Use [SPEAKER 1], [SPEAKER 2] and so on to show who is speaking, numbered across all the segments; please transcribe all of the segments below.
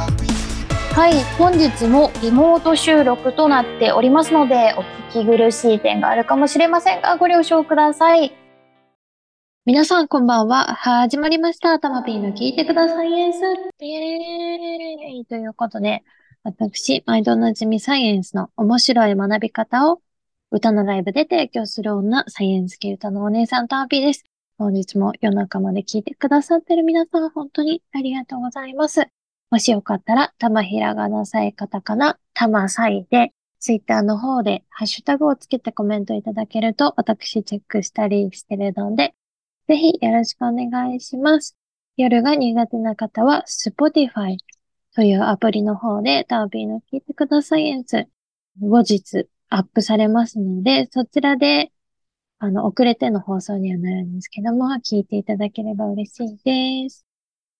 [SPEAKER 1] はい、本日もリモート収録となっておりますので、お聞き苦しい点があるかもしれませんが、ご了承ください。皆さんこんばんは。始まりました。たまぴーの聞いてくださいエンス。イエーイということで、私、毎度おなじみサイエンスの面白い学び方を歌のライブで提供する女、サイエンス系歌のお姉さんたまぴーです。本日も夜中まで聞いてくださってる皆さん、本当にありがとうございます。もしよかったら、たまひらがなさいカタカナ、たまさいで、ツイッターの方でハッシュタグをつけてコメントいただけると、私チェックしたりしてるので、ぜひよろしくお願いします。夜が苦手な方は、Spotify というアプリの方で、タービーの聞いてくださいエンス、後日アップされますので、そちらで、あの、遅れての放送にはなるんですけども、聞いていただければ嬉しいです。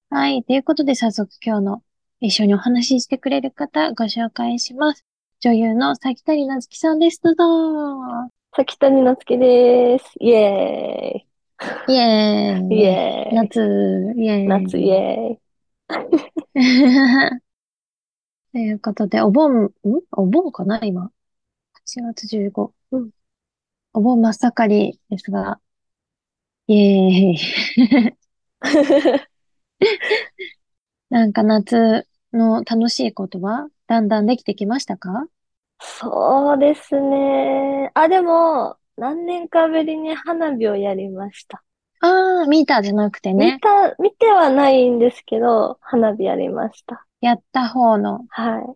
[SPEAKER 1] はい。ということで、早速今日の一緒にお話ししてくれる方、ご紹介します。女優の崎谷夏樹さんです。どうぞ。
[SPEAKER 2] 滝谷夏樹です。イエ
[SPEAKER 1] イエー
[SPEAKER 2] ーイ。イエーイ。
[SPEAKER 1] 夏、イエーイ。
[SPEAKER 2] 夏イエ
[SPEAKER 1] ということで、お盆、んお盆かな今。8月15。
[SPEAKER 2] うん
[SPEAKER 1] お盆真っ盛りですが、イエー イ。
[SPEAKER 2] ーイ。
[SPEAKER 1] なんか夏の楽しいことは、だんだんできてきましたか
[SPEAKER 2] そうですね。あ、でも、何年かぶりに花火をやりました。
[SPEAKER 1] あー、見たじゃなくてね
[SPEAKER 2] 見。た、見てはないんですけど、花火やりました。
[SPEAKER 1] やった方の。
[SPEAKER 2] は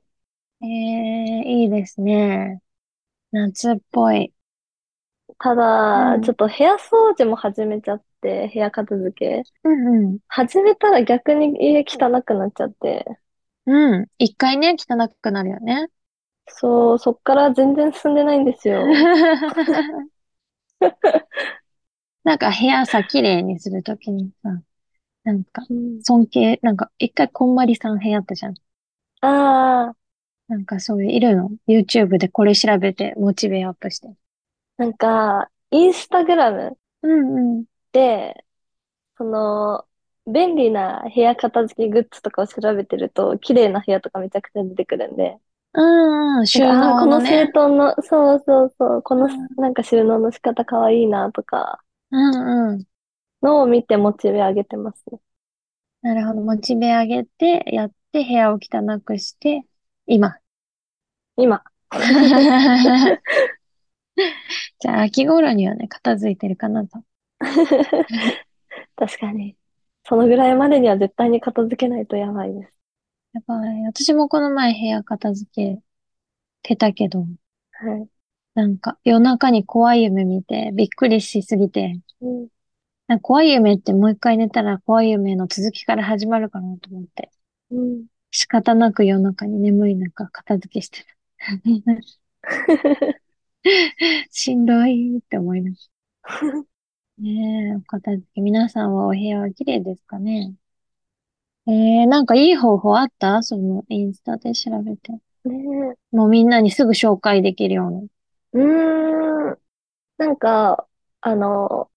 [SPEAKER 2] い。
[SPEAKER 1] ええ、いいですね。夏っぽい。
[SPEAKER 2] た
[SPEAKER 1] う
[SPEAKER 2] だ、
[SPEAKER 1] ん
[SPEAKER 2] ちょっと部屋掃除も始めちゃって、部屋片付け。
[SPEAKER 1] うんうん。
[SPEAKER 2] 始めたら逆に家汚くなっちゃって。
[SPEAKER 1] うん。一回ね、汚くなるよね。
[SPEAKER 2] そう、そっから全然進んでないんですよ。
[SPEAKER 1] なんか部屋さ、綺麗にするときにさ、なんか、
[SPEAKER 2] うん
[SPEAKER 1] 尊敬、なんか、一回こんまりさん部屋あったじゃん。
[SPEAKER 2] ああ。
[SPEAKER 1] なんかそういう、いるの ?YouTube でこれ調べて、モチベアップして。
[SPEAKER 2] なんか、インスタグラム
[SPEAKER 1] うんうん。
[SPEAKER 2] で、その、便利な部屋片付けグッズとかを調べてると、綺麗な部屋とかめちゃくちゃ出てくるんで、
[SPEAKER 1] うんうん、収
[SPEAKER 2] な
[SPEAKER 1] 納
[SPEAKER 2] んか、あーこ
[SPEAKER 1] の
[SPEAKER 2] の整
[SPEAKER 1] ね。
[SPEAKER 2] 頓の、そうそうそう、この
[SPEAKER 1] うん
[SPEAKER 2] なんか収納の仕方かわいいなとか、
[SPEAKER 1] うんうん。
[SPEAKER 2] のを見てモチベ上げてますね。
[SPEAKER 1] なるほど。モチベ上げて、やって、部屋を汚くして、今。
[SPEAKER 2] 今。
[SPEAKER 1] じゃあ、秋頃にはね、片付いてるかなと。
[SPEAKER 2] 確かに。そのぐらいまでには絶対に片付けないとやばいです。
[SPEAKER 1] やばい。私もこの前部屋片付けてたけど、
[SPEAKER 2] はい。
[SPEAKER 1] なんか夜中に怖い夢見て、びっくりしすぎて、
[SPEAKER 2] うん、
[SPEAKER 1] なんか怖い夢ってもう一回寝たら怖い夢の続きから始まるかなと思って、
[SPEAKER 2] うん。
[SPEAKER 1] 仕方なく夜中に眠い中片付けしてた。 しんどいって思いました。ねえ、お片付け。皆さんはお部屋は綺麗ですかねえー、なんかいい方法あったその、インスタで調べて。
[SPEAKER 2] ねえ。
[SPEAKER 1] もうみんなにすぐ紹介できるような。
[SPEAKER 2] うーん。なんか、あの、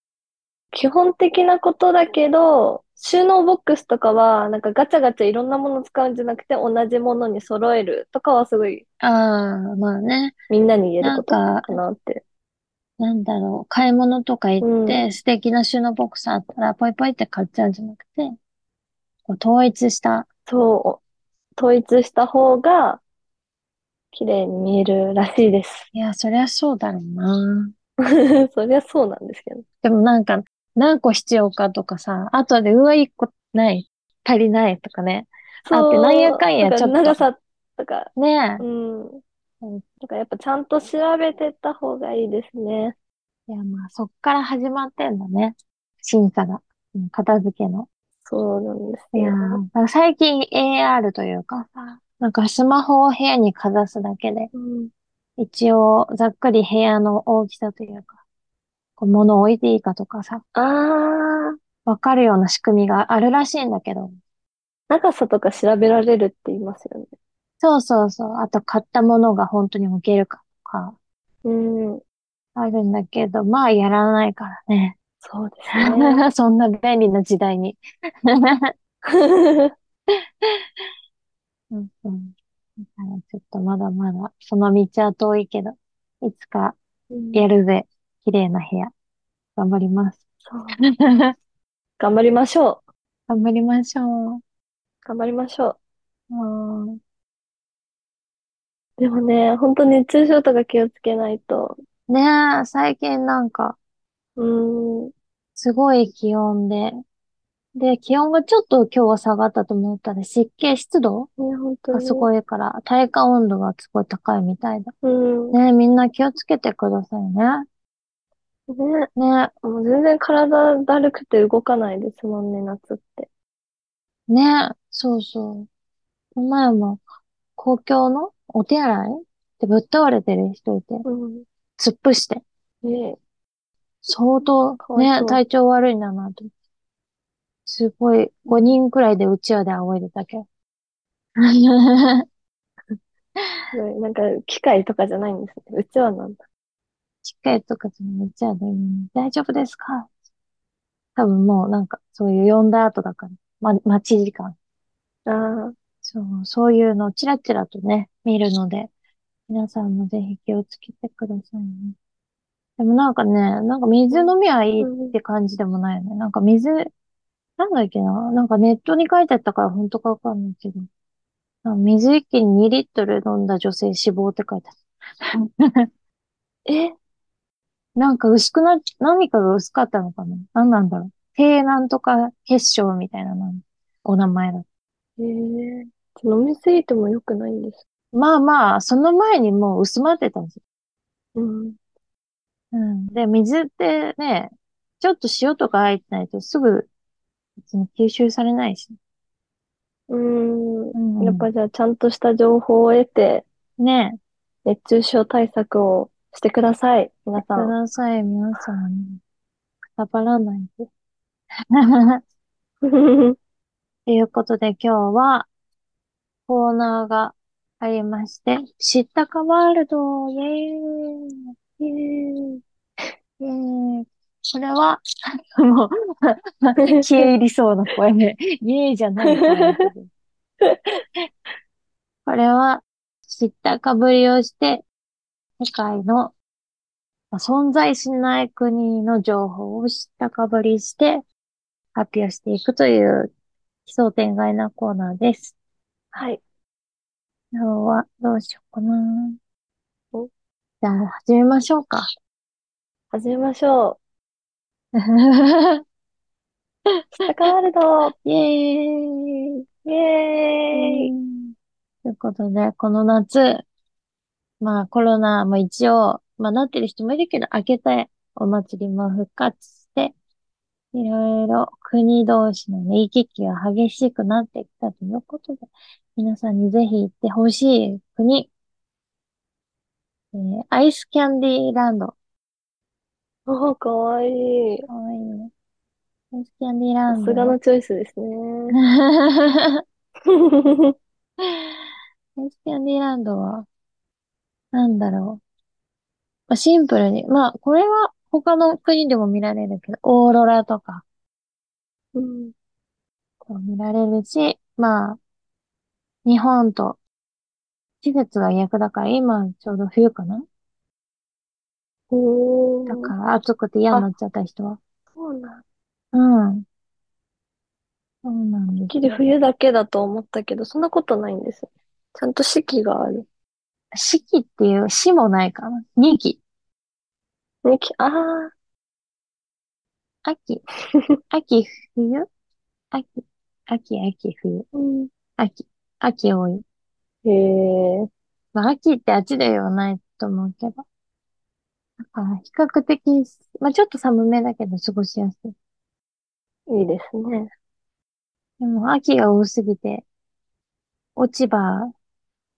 [SPEAKER 2] 基本的なことだけど、収納ボックスとかは、なんかガチャガチャいろんなもの使うんじゃなくて、同じものに揃えるとかはすごい
[SPEAKER 1] ああ、まあね。
[SPEAKER 2] みんなに言えること
[SPEAKER 1] なんか
[SPEAKER 2] かなって。
[SPEAKER 1] なんだろう。買い物とか行っ
[SPEAKER 2] う
[SPEAKER 1] て、素敵な収納ボックスあったら、ポイポイって買っちゃうんじゃなくて、こう統一した。
[SPEAKER 2] そう、統一した方が、綺麗に見えるらしいです。
[SPEAKER 1] いや、そりゃそうだろうな。
[SPEAKER 2] そりゃそうなんですけど。
[SPEAKER 1] でもなんか、何個必要かとかさ、あとで、うわ、一個ない、足りないとかね。あって
[SPEAKER 2] そう、
[SPEAKER 1] なんやかんや
[SPEAKER 2] とか
[SPEAKER 1] ちょっと
[SPEAKER 2] 長さとか、
[SPEAKER 1] ねえ。
[SPEAKER 2] うん
[SPEAKER 1] うん。
[SPEAKER 2] とかやっぱちゃんと調べてった方がいいですね。
[SPEAKER 1] いや、まあ、そっから始まってんだね。審査が。うん片付けの。
[SPEAKER 2] そうなんです
[SPEAKER 1] いや
[SPEAKER 2] よ。
[SPEAKER 1] ー、なんか最近 AR というかさ、なんかスマホを部屋にかざすだけで、
[SPEAKER 2] うん
[SPEAKER 1] 一応ざっくり部屋の大きさというか、こう物を置いていいかとかさ、
[SPEAKER 2] ああ、
[SPEAKER 1] わかるような仕組みがあるらしいんだけど、
[SPEAKER 2] 長さとか調べられるって言いますよね。
[SPEAKER 1] そうそうそう、あと買ったものが本当に置けるかとか、
[SPEAKER 2] うん、
[SPEAKER 1] あるんだけど、まあやらないからね。
[SPEAKER 2] そうで すね。
[SPEAKER 1] そんな便利な時代に。うんうんはいちょっとまだまだ、その道は遠いけど、いつか
[SPEAKER 2] うん
[SPEAKER 1] やるぜ。綺麗な部屋。頑張ります。
[SPEAKER 2] そう頑張りましょう。
[SPEAKER 1] 頑張りましょう。
[SPEAKER 2] 頑張りましょ
[SPEAKER 1] うん
[SPEAKER 2] う。でもね、本当熱中症とか気をつけないと。
[SPEAKER 1] ねえ、最近なんか、
[SPEAKER 2] うん。
[SPEAKER 1] すごい気温で、で、気温がちょっと今日は下がったと思ったら、湿気、湿度
[SPEAKER 2] ね、本当
[SPEAKER 1] が
[SPEAKER 2] に。
[SPEAKER 1] すごいから、体感温度がすごい高いみたいだ。
[SPEAKER 2] うん。ね。
[SPEAKER 1] ねえ、みんな気をつけてくださいね。ね
[SPEAKER 2] もう全然体だるくて動かないですもんね、夏って。
[SPEAKER 1] え、ねえ、そうそう。この前も、公共のお手洗いでぶっ倒れてる人いて、
[SPEAKER 2] うん。
[SPEAKER 1] 突っ伏して、
[SPEAKER 2] ね。
[SPEAKER 1] 相当
[SPEAKER 2] か、わい
[SPEAKER 1] ね
[SPEAKER 2] そ
[SPEAKER 1] え、
[SPEAKER 2] う
[SPEAKER 1] 体調悪いんだなと。すごい、5人くらいでうちわで仰いでたけど。
[SPEAKER 2] すごいなんか、機械とかじゃないんですね。うちわなんだ。
[SPEAKER 1] しっかりとかそのめっちゃで、大丈夫ですか多分もうなんか、そういう呼んだ後だから、ま、待ち時間。
[SPEAKER 2] ああ、
[SPEAKER 1] そう、そういうのをチラチラとね、見るので、皆さんもぜひ気をつけてくださいね。でもなんかね、なんか水飲みはいいって感じでもないよね。なんか水、なんだっけな、なんかネットに書いてあったから本当かわかんないけど、なんか水一気に2リットル飲んだ女性死亡って書いてあった。
[SPEAKER 2] え、
[SPEAKER 1] なんか薄くな、何かが薄かったのかな何なんだろう。低なんとか結晶みたいなのお名前だ。
[SPEAKER 2] えー、飲みすぎても良くないんです。
[SPEAKER 1] まあまあ、その前にもう薄まってたんですよ。
[SPEAKER 2] うん。
[SPEAKER 1] うん。で、水ってね、ちょっと塩とか入ってないとすぐ別に吸収されないし。
[SPEAKER 2] うん。
[SPEAKER 1] うんうん
[SPEAKER 2] やっぱじゃあ、ちゃんとした情報を得て、
[SPEAKER 1] ねえ。
[SPEAKER 2] 熱中症対策をしてください、皆さ
[SPEAKER 1] く
[SPEAKER 2] ん。
[SPEAKER 1] ださい、皆さんね。くたばらないで。ということで今日はコーナーがありまして、知ったかワールド、イェーイ
[SPEAKER 2] イエーイ
[SPEAKER 1] えー、これは、 もう、消え入りそうな声ね。イエーイじゃない声だけど。これは、知ったかぶりをして、世界の、まあ存在しない国の情報を知ったかぶりして、発表していくという、奇想天外なコーナーです。
[SPEAKER 2] はい。
[SPEAKER 1] 今日はどうしようかな。
[SPEAKER 2] お
[SPEAKER 1] じゃあ、始めましょうか。
[SPEAKER 2] 始めましょう。スタカワールド
[SPEAKER 1] イエーイ
[SPEAKER 2] イエーイ
[SPEAKER 1] うんということで、この夏、まあコロナも一応、まあなってる人もいるけど、明けてお祭りも復活して、いろいろ国同士のね、行き来が激しくなってきたということで、皆さんにぜひ行ってほしい国、えーアイスキャンディーランド。
[SPEAKER 2] おー、かわいい。
[SPEAKER 1] かわいいね。アイスキャンディーラ
[SPEAKER 2] さ
[SPEAKER 1] ンド。
[SPEAKER 2] すがのチョイスですね。
[SPEAKER 1] アイスキャンディーランドは、なんだろう。まあ、シンプルに。まあ、これは他の国でも見られるけど、オーロラとか
[SPEAKER 2] うん。
[SPEAKER 1] こう見られるし、まあ、日本と季節が逆だから、今ちょうど冬かな
[SPEAKER 2] お
[SPEAKER 1] だか
[SPEAKER 2] ー、
[SPEAKER 1] ら暑くて嫌になっちゃった人は。
[SPEAKER 2] そうなん。
[SPEAKER 1] うん。そうなんで
[SPEAKER 2] てっき
[SPEAKER 1] す
[SPEAKER 2] り
[SPEAKER 1] よ。
[SPEAKER 2] 冬だけだと思ったけど、そんなことないんです。ちゃんと四季がある。
[SPEAKER 1] 四季っていう、死もないかな。二季。
[SPEAKER 2] ね、き、ああ、
[SPEAKER 1] 秋。秋、冬秋、秋、秋、冬。
[SPEAKER 2] うん。
[SPEAKER 1] 秋。秋多い。
[SPEAKER 2] へえ、
[SPEAKER 1] まあ、秋ってあっちではないと思うけど。だから、比較的、まあ、ちょっと寒めだけど過ごしやすい。
[SPEAKER 2] いいですね。
[SPEAKER 1] でも、秋が多すぎて、落ち葉、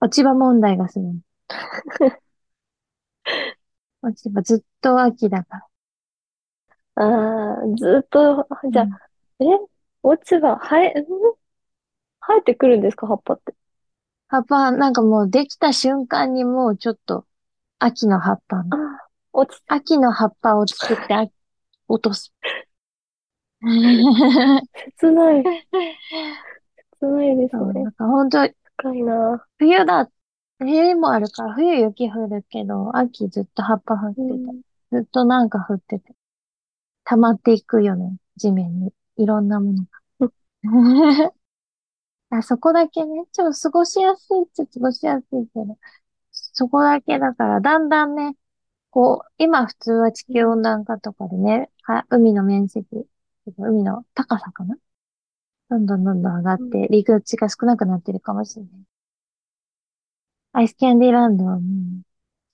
[SPEAKER 1] 落ち葉問題がす ごい。落ち葉ずっと秋だか
[SPEAKER 2] ああ、ずっと、
[SPEAKER 1] ら。
[SPEAKER 2] じゃあ
[SPEAKER 1] うん、
[SPEAKER 2] え落ち葉、生え、ん生えてくるんですか葉っぱって。
[SPEAKER 1] 葉っぱ、なんかもうできた瞬間にもうちょっと、秋の葉っぱ
[SPEAKER 2] あ、落ち、
[SPEAKER 1] 秋の葉っぱを作って、あ落と す。
[SPEAKER 2] 切な
[SPEAKER 1] そ
[SPEAKER 2] い、切ないです
[SPEAKER 1] う、
[SPEAKER 2] ね
[SPEAKER 1] なん。か本当
[SPEAKER 2] 深いな。
[SPEAKER 1] 冬だ、冬もあるから、冬雪降るけど、秋ずっと葉っぱ降ってて、ずっとなんか降ってて、溜まっていくよね、地面に。いろんなものが。あそこだけね、ちょっと過ごしやすいっちゃ過ごしやすいけど、そこだけだから、だんだんね、こう、今普通は地球温暖化とかでね、は海の面積、海の高さかなどんどんどんどん上がっ
[SPEAKER 2] う
[SPEAKER 1] て、陸地が少なくなってるかもしれない。アイスキャンディーランドはもう、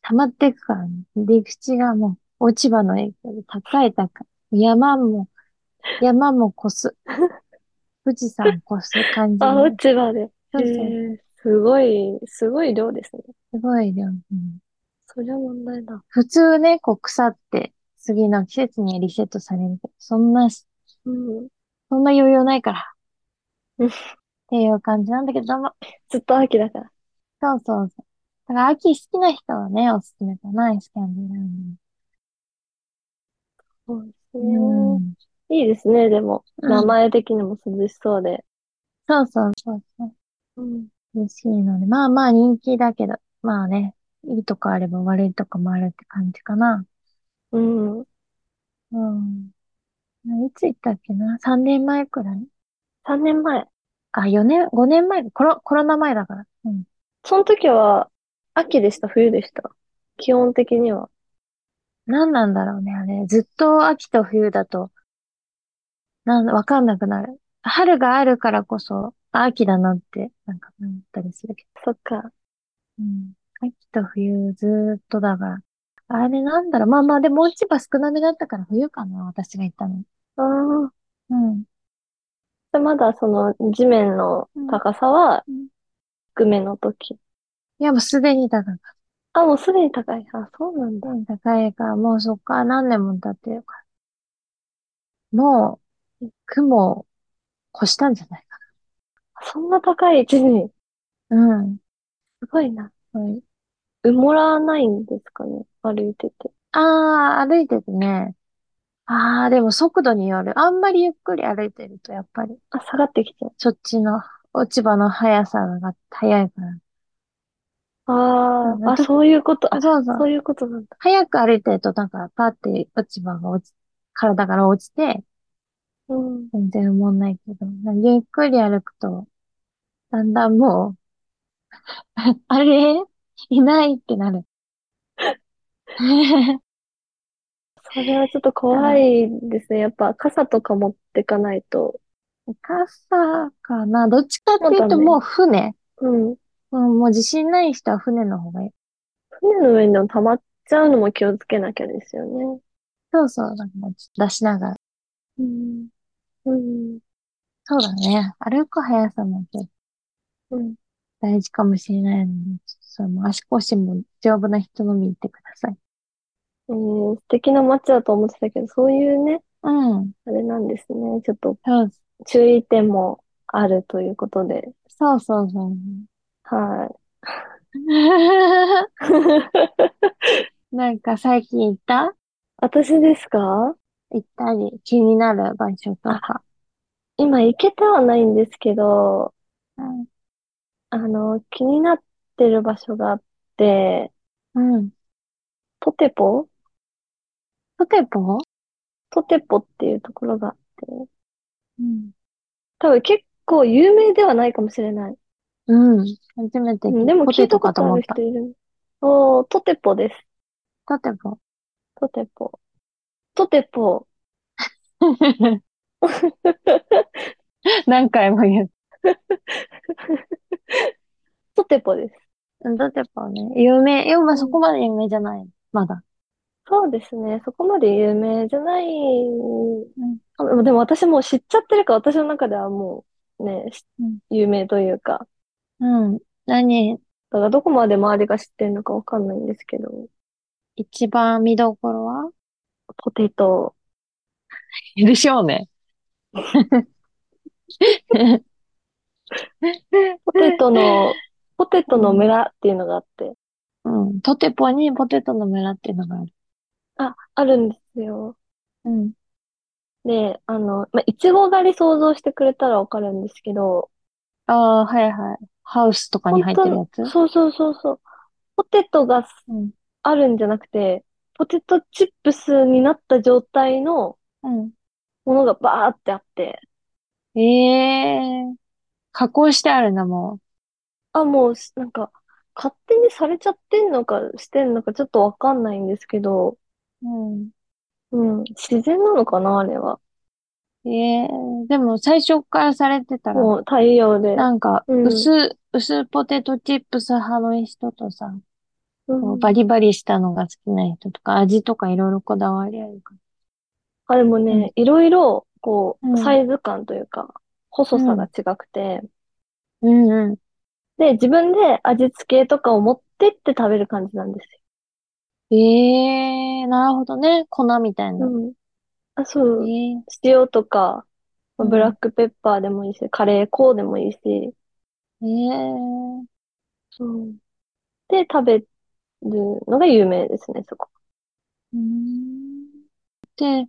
[SPEAKER 1] 溜まっていくからね。陸地がもう、落ち葉の影響で高い高い。山も、山も越す。富士山越す感じ
[SPEAKER 2] あ、
[SPEAKER 1] の。
[SPEAKER 2] 落ち葉で。
[SPEAKER 1] そうそう
[SPEAKER 2] へえすごい、すごい量ですね。
[SPEAKER 1] すごい量。うん
[SPEAKER 2] そりゃ問題だ。
[SPEAKER 1] 普通ね、こう腐って、次の季節にリセットされるけど、そんな、そ
[SPEAKER 2] うん。
[SPEAKER 1] んな余裕ないから。
[SPEAKER 2] うん
[SPEAKER 1] っていう感じなんだけども。
[SPEAKER 2] ずっと秋だから。
[SPEAKER 1] そうそうそう。だから秋好きな人はね、おすすめかな、アイスキャンディーラン
[SPEAKER 2] そうです
[SPEAKER 1] ド。
[SPEAKER 2] ね
[SPEAKER 1] うん。
[SPEAKER 2] いいですね、でも。
[SPEAKER 1] うん
[SPEAKER 2] 名前的にも涼しそうで。
[SPEAKER 1] そうそうそうそう。
[SPEAKER 2] うん。
[SPEAKER 1] 嬉しいので、まあまあ人気だけど、まあね、いいとこあれば悪いとこもあるって感じかな。
[SPEAKER 2] うん。
[SPEAKER 1] うん。いつ行ったっけな ?3 年前くらい
[SPEAKER 2] 3年前。
[SPEAKER 1] あ、4年、5年前コロ、コロナ前だから。うん。
[SPEAKER 2] その時は、秋でした、冬でした。気温的には。
[SPEAKER 1] 何なんだろうね、あれ。ずっと秋と冬だと、なん、わかんなくなる。春があるからこそ、あ秋だなって、なんか、なったりするけど。
[SPEAKER 2] そっか。
[SPEAKER 1] うん。秋と冬ずーっとだから。あれなんだろう。まあまあ、でも落ち葉少なめだったから冬かな、私が行ったの。
[SPEAKER 2] ああ。
[SPEAKER 1] うん。
[SPEAKER 2] でまだその地面の高さは
[SPEAKER 1] うんうん
[SPEAKER 2] 低めの時。
[SPEAKER 1] いや、もうすでに高かっ
[SPEAKER 2] あ、もうすでに高い。あ、そうなんだ
[SPEAKER 1] た。。高いから、もうそっから何年も経ってるから。もう、雲を越したんじゃないか
[SPEAKER 2] そんな高い位置に。
[SPEAKER 1] な。うん。
[SPEAKER 2] すごいな。
[SPEAKER 1] はい。
[SPEAKER 2] 埋もらないんですかね。歩いてて。
[SPEAKER 1] あー、歩いててね。あー、でも速度による。あんまりゆっくり歩いてると、やっぱり、
[SPEAKER 2] あ、下がってきちゃう。
[SPEAKER 1] そっちの落ち葉の速さが速いから。
[SPEAKER 2] あ
[SPEAKER 1] うん
[SPEAKER 2] あ、あ、そういうこと。あ、
[SPEAKER 1] そうそう
[SPEAKER 2] そういうことなんだ。
[SPEAKER 1] 早く歩いてると、なんか、パって落ち葉が落ち、体から落ちて、
[SPEAKER 2] うん。
[SPEAKER 1] 全然思わないけど、なんかゆっくり歩くと、だんだんもう、 あれいないってなる。
[SPEAKER 2] それはちょっと怖いですね。やっぱ傘とか持ってかないと。
[SPEAKER 1] 傘かなどっちかっていう
[SPEAKER 2] そうだ
[SPEAKER 1] と
[SPEAKER 2] ね
[SPEAKER 1] もう船。
[SPEAKER 2] うん。
[SPEAKER 1] うんもう自信ない人は船の方がいい。
[SPEAKER 2] 船の上にでも溜まっちゃうのも気をつけなきゃですよね。
[SPEAKER 1] そうそう、なんかちょっと出しながら。
[SPEAKER 2] うん。うん。
[SPEAKER 1] そうだね。歩く速さも結構
[SPEAKER 2] うん。
[SPEAKER 1] 大事かもしれないので、その足腰も丈夫な人のみ行ってください。
[SPEAKER 2] えー、素敵な街だと思ってたけど、そういうね、
[SPEAKER 1] うん。
[SPEAKER 2] あれなんですね。ちょっと
[SPEAKER 1] そう
[SPEAKER 2] 注意点もあるということで。
[SPEAKER 1] そうそうそう。
[SPEAKER 2] はい。
[SPEAKER 1] なんか最近行った
[SPEAKER 2] 私ですか
[SPEAKER 1] 行ったり、気になる場所とか。
[SPEAKER 2] 今行けてはないんですけど、
[SPEAKER 1] うん。
[SPEAKER 2] あの、気になってる場所があって、
[SPEAKER 1] うん。
[SPEAKER 2] トテポ
[SPEAKER 1] ポテポ
[SPEAKER 2] トテポっていうところがあって、
[SPEAKER 1] うん。
[SPEAKER 2] 多分結構有名ではないかもしれない。
[SPEAKER 1] うん。初めて
[SPEAKER 2] うんでも
[SPEAKER 1] ポ
[SPEAKER 2] 聞
[SPEAKER 1] テ
[SPEAKER 2] いた
[SPEAKER 1] ト
[SPEAKER 2] こ
[SPEAKER 1] かと
[SPEAKER 2] とあ
[SPEAKER 1] 思っ
[SPEAKER 2] る
[SPEAKER 1] た。
[SPEAKER 2] 人いる。おー、トテポです。
[SPEAKER 1] ポテポ。
[SPEAKER 2] トテポ。トテポ。
[SPEAKER 1] 何回も言う。
[SPEAKER 2] トテポです。
[SPEAKER 1] うんポテポね。有名。いや、まあ
[SPEAKER 2] うん
[SPEAKER 1] そこまで有名じゃない。まだ。
[SPEAKER 2] そうですね。そこまで有名じゃない。
[SPEAKER 1] ん
[SPEAKER 2] あでもでも私もう知っちゃってるから、私の中ではもうね、し
[SPEAKER 1] うん
[SPEAKER 2] 有名というか。
[SPEAKER 1] うん。何
[SPEAKER 2] だからどこまで周りが知ってるのかわかんないんですけど、
[SPEAKER 1] 一番見どころは
[SPEAKER 2] ポテト。
[SPEAKER 1] でしょうね。
[SPEAKER 2] ポテトの、ポテトの村っていうのがあって、
[SPEAKER 1] うん。ポテポにポテトの村っていうのがある。
[SPEAKER 2] あ、あるんですよ。
[SPEAKER 1] うん。
[SPEAKER 2] で、あの、まあ、いちご狩り想像してくれたらわかるんですけど、
[SPEAKER 1] ああ、はいはい。ハウスとかに入ってるやつ
[SPEAKER 2] そうそうそうそう。ポテトが
[SPEAKER 1] うん
[SPEAKER 2] あるんじゃなくて、ポテトチップスになった状態の
[SPEAKER 1] うん。
[SPEAKER 2] ものがバーってあって、
[SPEAKER 1] ええ加工してあるんだ、も
[SPEAKER 2] あ、もうし、なんか、勝手にされちゃってんのか、してんのか、ちょっとわかんないんですけど、
[SPEAKER 1] う。うん。
[SPEAKER 2] うん、自然なのかな、あれは。
[SPEAKER 1] ええでも最初からされてたら、
[SPEAKER 2] もう太陽で。
[SPEAKER 1] なんか、
[SPEAKER 2] うん
[SPEAKER 1] 薄、薄ポテトチップス派の人とさ、
[SPEAKER 2] うん
[SPEAKER 1] バリバリしたのが好きな人とか、味とかいろいろこだわりあるか
[SPEAKER 2] あ、でもね、いろいろ、こ
[SPEAKER 1] うん
[SPEAKER 2] う、サイズ感というか、細さが違くて、
[SPEAKER 1] ら。うんうん。
[SPEAKER 2] で、自分で味付けとかを持ってって食べる感じなんです
[SPEAKER 1] ええなるほどね。粉みたい
[SPEAKER 2] よ。
[SPEAKER 1] な。
[SPEAKER 2] うん。あ、そう。
[SPEAKER 1] ええ
[SPEAKER 2] 塩とか、
[SPEAKER 1] うん
[SPEAKER 2] ブラックペッパーでもいいし、カレー粉でもいいし、
[SPEAKER 1] ええ
[SPEAKER 2] そう。で、食べるのが有名ですね、そこ。
[SPEAKER 1] うんで、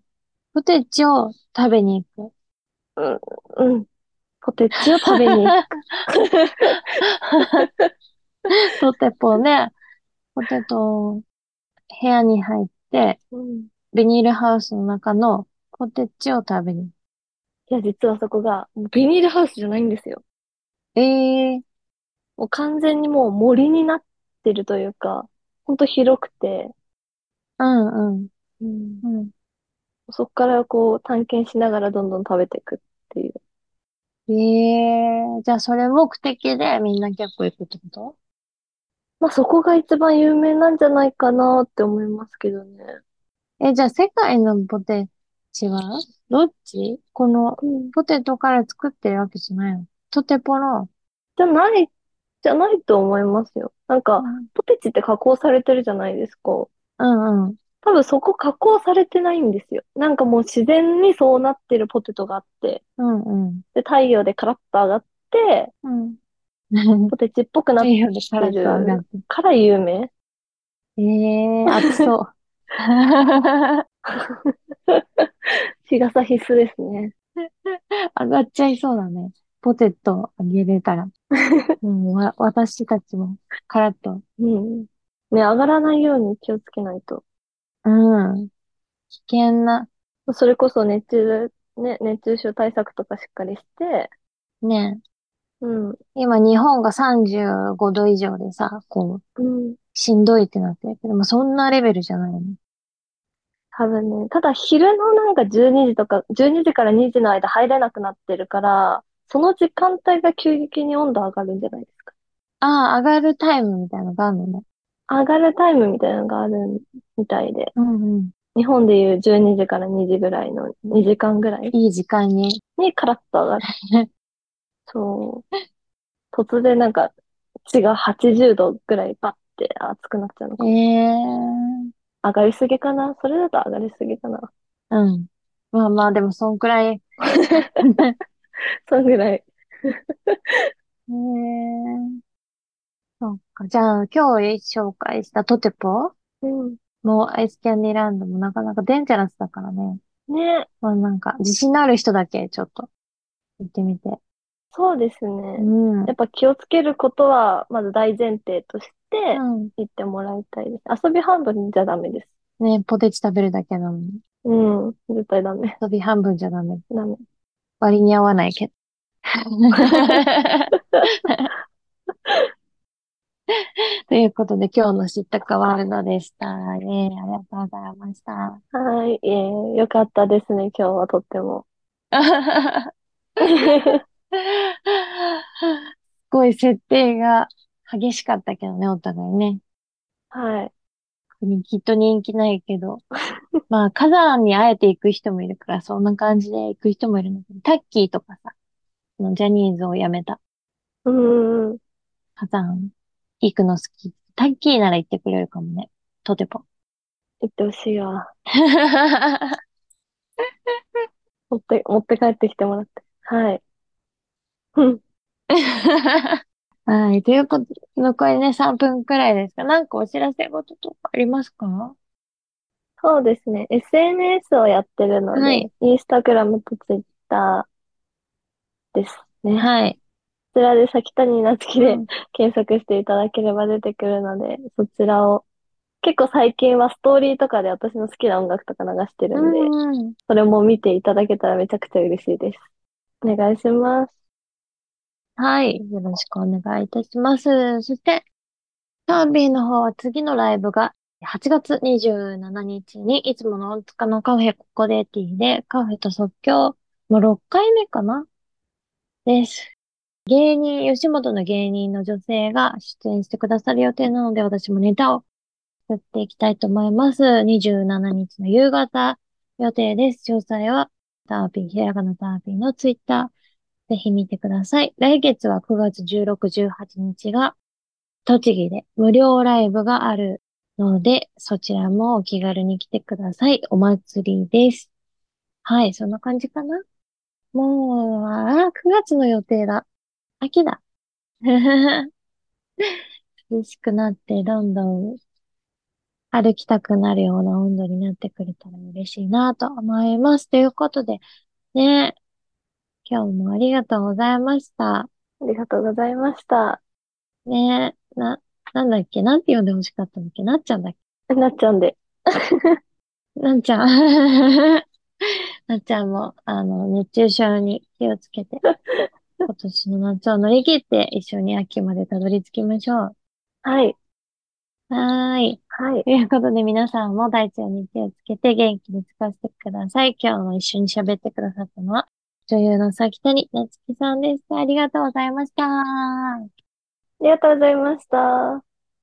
[SPEAKER 1] ポテチを食べに行く。
[SPEAKER 2] うん。ポテチを食べに行く。
[SPEAKER 1] ポテポね、ポテトを部屋に入って、
[SPEAKER 2] うん
[SPEAKER 1] ビニールハウスの中のポテチを食べに
[SPEAKER 2] いや、実はそこが、ビニールハウスじゃないんですよ。
[SPEAKER 1] ええ
[SPEAKER 2] もう完全にもう森になってるというか、ほんと広くて、
[SPEAKER 1] うんうん、うん。
[SPEAKER 2] そこからこう探検しながらどんどん食べていくっていう。
[SPEAKER 1] ええじゃあそれ目的でみんな結構行くってこと
[SPEAKER 2] まあそこが一番有名なんじゃないかなって思いますけどね。
[SPEAKER 1] え、じゃあ世界のポテチはどっちこの
[SPEAKER 2] うん。
[SPEAKER 1] ポテトから作ってるわけじゃないのトテポの。
[SPEAKER 2] じゃない、じゃないと思いますよ。なんか、ポテチって加工されてるじゃないですか。多
[SPEAKER 1] うんうん。
[SPEAKER 2] 分そこ加工されてないんですよ。なんかもう自然にそうなってるポテトがあって、
[SPEAKER 1] うんうん。
[SPEAKER 2] で、太陽でカラッと上がって、
[SPEAKER 1] うん。っ
[SPEAKER 2] ポテチっぽくなってて
[SPEAKER 1] いうのでカラッと 上がって
[SPEAKER 2] から有名。
[SPEAKER 1] ええ熱 そう。
[SPEAKER 2] 日傘必須ですね。
[SPEAKER 1] 上がっちゃいそうだね。ポテトあげれた ら。うん、わ、私たちもカラッと。
[SPEAKER 2] うん。ね、上がらないように気をつけないと。
[SPEAKER 1] うん。危険な、
[SPEAKER 2] それこそ熱中、ね、熱中症対策とかしっかりして、
[SPEAKER 1] ね。
[SPEAKER 2] うん、
[SPEAKER 1] 今、日本が35度以上でさ、こう、
[SPEAKER 2] うん、
[SPEAKER 1] しんどいってなってるけど、まあ、そんなレベルじゃないよね。
[SPEAKER 2] 多分ね、ただ昼のなんか12時とか、12時から2時の間入れなくなってるから、その時間帯が急激に温度上がるんじゃないですか。
[SPEAKER 1] ああ、上がるタイムみたいなのがあるのね。
[SPEAKER 2] 上がるタイムみたいなのがあるみたいで、
[SPEAKER 1] うんうん。
[SPEAKER 2] 日本でいう12時から2時ぐらいの2時間ぐらい
[SPEAKER 1] いい時間に。
[SPEAKER 2] にカラッと上がる。そう。突然なんか血が80度ぐらいバッて熱くなっちゃうのか
[SPEAKER 1] え
[SPEAKER 2] な。
[SPEAKER 1] え
[SPEAKER 2] 上がりすぎかなそれだと上がりすぎかな
[SPEAKER 1] うん。まあまあ、でも、そんくらい。
[SPEAKER 2] そんぐらい。
[SPEAKER 1] へえそっか。じゃあ、今日紹介したトテポ
[SPEAKER 2] うん。
[SPEAKER 1] もアイスキャンディランドもなかなかデンジャラスだからね。
[SPEAKER 2] ね、
[SPEAKER 1] まあなんか、自信のある人だけちょっと行ってみて。
[SPEAKER 2] そうです
[SPEAKER 1] う
[SPEAKER 2] ね。
[SPEAKER 1] ん。う
[SPEAKER 2] やっぱ気をつけることは、まず大前提として
[SPEAKER 1] ん。
[SPEAKER 2] 言ってもらいたいです。遊び半分じゃダメです。
[SPEAKER 1] ね、ポテチ食べるだけなのに。
[SPEAKER 2] うん。絶対ダメ。
[SPEAKER 1] 飛び半分じゃダメ。
[SPEAKER 2] ダメ。
[SPEAKER 1] 割に合わない けど。ということで、今日の知ったかワールドでした。ええありがとうございました。
[SPEAKER 2] はい。えー、よかったですね。今日はとっても。
[SPEAKER 1] すごい設定が激しかったけどね、お互いね。
[SPEAKER 2] はい。
[SPEAKER 1] きっと人気ないけど。 まあ、火山にあえて行く人もいるから、そんな感じで行く人もいるんだけど、タッキーとかさ、そのジャニーズを辞めた
[SPEAKER 2] うんうん。
[SPEAKER 1] 火山行くの好き。タッキーなら行ってくれるかもね。とても。
[SPEAKER 2] 言ってほしいわ。持って、持って帰ってきてもらって。はい。うん。
[SPEAKER 1] はい。ということで、残りね、3分くらいですか。なんかお知らせ事とかありますか
[SPEAKER 2] そうですね。SNS をやってるの
[SPEAKER 1] は
[SPEAKER 2] で
[SPEAKER 1] い、
[SPEAKER 2] インスタグラムとツイッターですね。
[SPEAKER 1] はい。
[SPEAKER 2] ちらで先谷夏樹
[SPEAKER 1] う
[SPEAKER 2] で
[SPEAKER 1] ん
[SPEAKER 2] 検索していただければ出てくるので、そちらを。結構最近はストーリーとかで私の好きな音楽とか流してるんで、
[SPEAKER 1] うん。
[SPEAKER 2] それも見ていただけたらめちゃくちゃ嬉しいです。お願いします。
[SPEAKER 1] はい。よろしくお願いいたします。そして、サービーの方は次のライブが8月27日に、いつもの大塚のカフェココデティで、カフェと即興、もう6回目かなです。芸人、吉本の芸人の女性が出演してくださる予定なので、私もネタを作っていきたいと思います。27日の夕方予定です。詳細は、タービー、ひらがなタービーのツイッター、ぜひ見てください。来月は9月16、18日が、栃木で無料ライブがあるので、そちらもお気軽に来てください。お祭りです。はい、そんな感じかな。もう、あー、9月の予定だ。秋だ。 涼しくなって、どんどん歩きたくなるような温度になってくれたら嬉しいなと思います。ということで、ね、今日もありがとうございました。
[SPEAKER 2] ありがとうございました。
[SPEAKER 1] ねえ、な、なんだっけなんて呼んでほしかったんだっけなっちゃんだっ
[SPEAKER 2] なっちゃんで。
[SPEAKER 1] けなんちゃん。 なっちゃんも、あの、熱中症に気をつけて、今年の夏を乗り切って一緒に秋までたどり着きましょう。
[SPEAKER 2] はい。
[SPEAKER 1] はーい。
[SPEAKER 2] はい。
[SPEAKER 1] ということで皆さんも体調に気をつけて元気に過ごしてください。今日も一緒に喋ってくださったのは、女優の崎谷夏樹さんでした。ありがとうございました。
[SPEAKER 2] ありがとうございました。